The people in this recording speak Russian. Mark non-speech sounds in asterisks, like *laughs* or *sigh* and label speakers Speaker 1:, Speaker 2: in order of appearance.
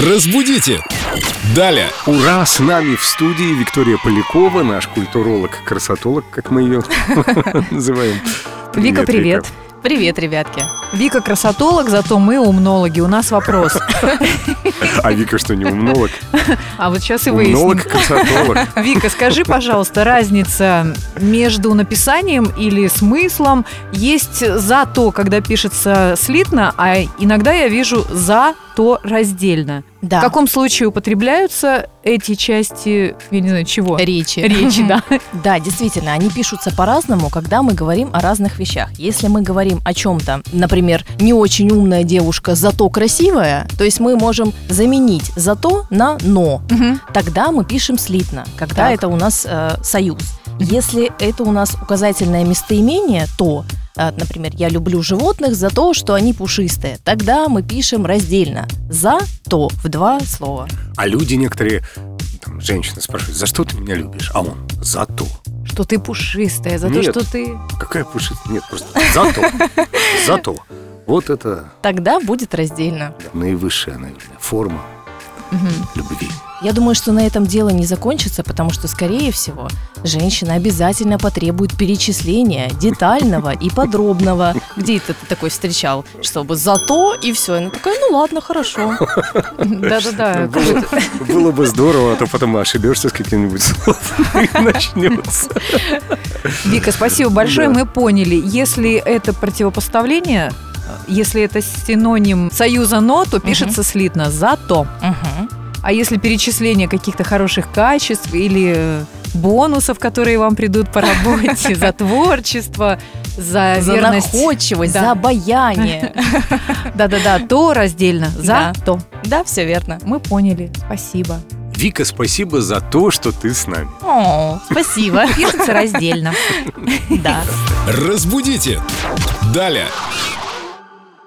Speaker 1: Разбудите! Далее!
Speaker 2: Ура! С нами в студии Виктория Полякова, наш культуролог, красотолог, как мы ее *laughs* называем.
Speaker 3: Вика, привет.
Speaker 4: Привет, ребятки.
Speaker 3: Вика красотолог, зато мы умнологи. У нас вопрос.
Speaker 2: Вика. А Вика что, не
Speaker 3: *laughs*
Speaker 2: умнолог?
Speaker 3: А вот сейчас и выясним.
Speaker 2: Умнолог, красотолог.
Speaker 3: Вика, скажи, пожалуйста, разница между написанием или смыслом есть за то, когда пишется слитно, а иногда я вижу за то раздельно.
Speaker 4: Да.
Speaker 3: В каком случае употребляются эти части, я не знаю, чего?
Speaker 4: речи?
Speaker 3: Речи, да.
Speaker 4: *laughs* Да, действительно, они пишутся по-разному, когда мы говорим о разных вещах. Если мы говорим о чем-то, например, не очень умная девушка, зато красивая, то есть мы можем заменить зато на но. Тогда мы пишем слитно, когда
Speaker 3: Так.
Speaker 4: это у нас э, союз. Если это у нас указательное местоимение, то, э, например, я люблю животных за то, что они пушистые, тогда мы пишем раздельно за то в два слова.
Speaker 2: А люди некоторые, там, женщины спрашивают, за что ты меня любишь? А он, за то.
Speaker 3: Что ты пушистая, за то,
Speaker 2: Нет.
Speaker 3: что ты...
Speaker 2: Какая пушистая? Нет, просто за
Speaker 3: *laughs*
Speaker 2: то. За то. Вот это
Speaker 4: Тогда будет раздельно.
Speaker 2: наивысшая, наверное, форма
Speaker 3: Мгм.
Speaker 2: любви.
Speaker 4: Я думаю, что на этом дело не закончится, потому что, скорее всего, женщина обязательно потребует перечисления детального и подробного. Где это ты такой встречал? Чтобы зато и все. Она такая, ну ладно, хорошо.
Speaker 2: Ну,
Speaker 3: Да-да-да.
Speaker 2: Было, *laughs* было бы здорово, а то потом ошибешься с каким-нибудь словом и *laughs* начнется.
Speaker 3: Вика, спасибо большое,
Speaker 2: Да.
Speaker 3: мы поняли. Если это противопоставление, если это синоним союза «но», то пишется слитно «зато».
Speaker 4: Мгм.
Speaker 3: А если перечисление каких-то хороших качеств или э, бонусов, которые вам придут по работе, за творчество, за
Speaker 4: За
Speaker 3: верность.
Speaker 4: находчивость,
Speaker 3: Да.
Speaker 4: за обаяние.
Speaker 3: Да-да-да, то раздельно, за
Speaker 4: Да.
Speaker 3: то.
Speaker 4: *laughs* Да, все верно.
Speaker 3: Мы поняли, спасибо.
Speaker 2: Вика, спасибо за то, что ты с нами.
Speaker 4: О, спасибо.
Speaker 3: Пишется раздельно.
Speaker 4: *laughs* Да.
Speaker 1: Разбудите! Далее!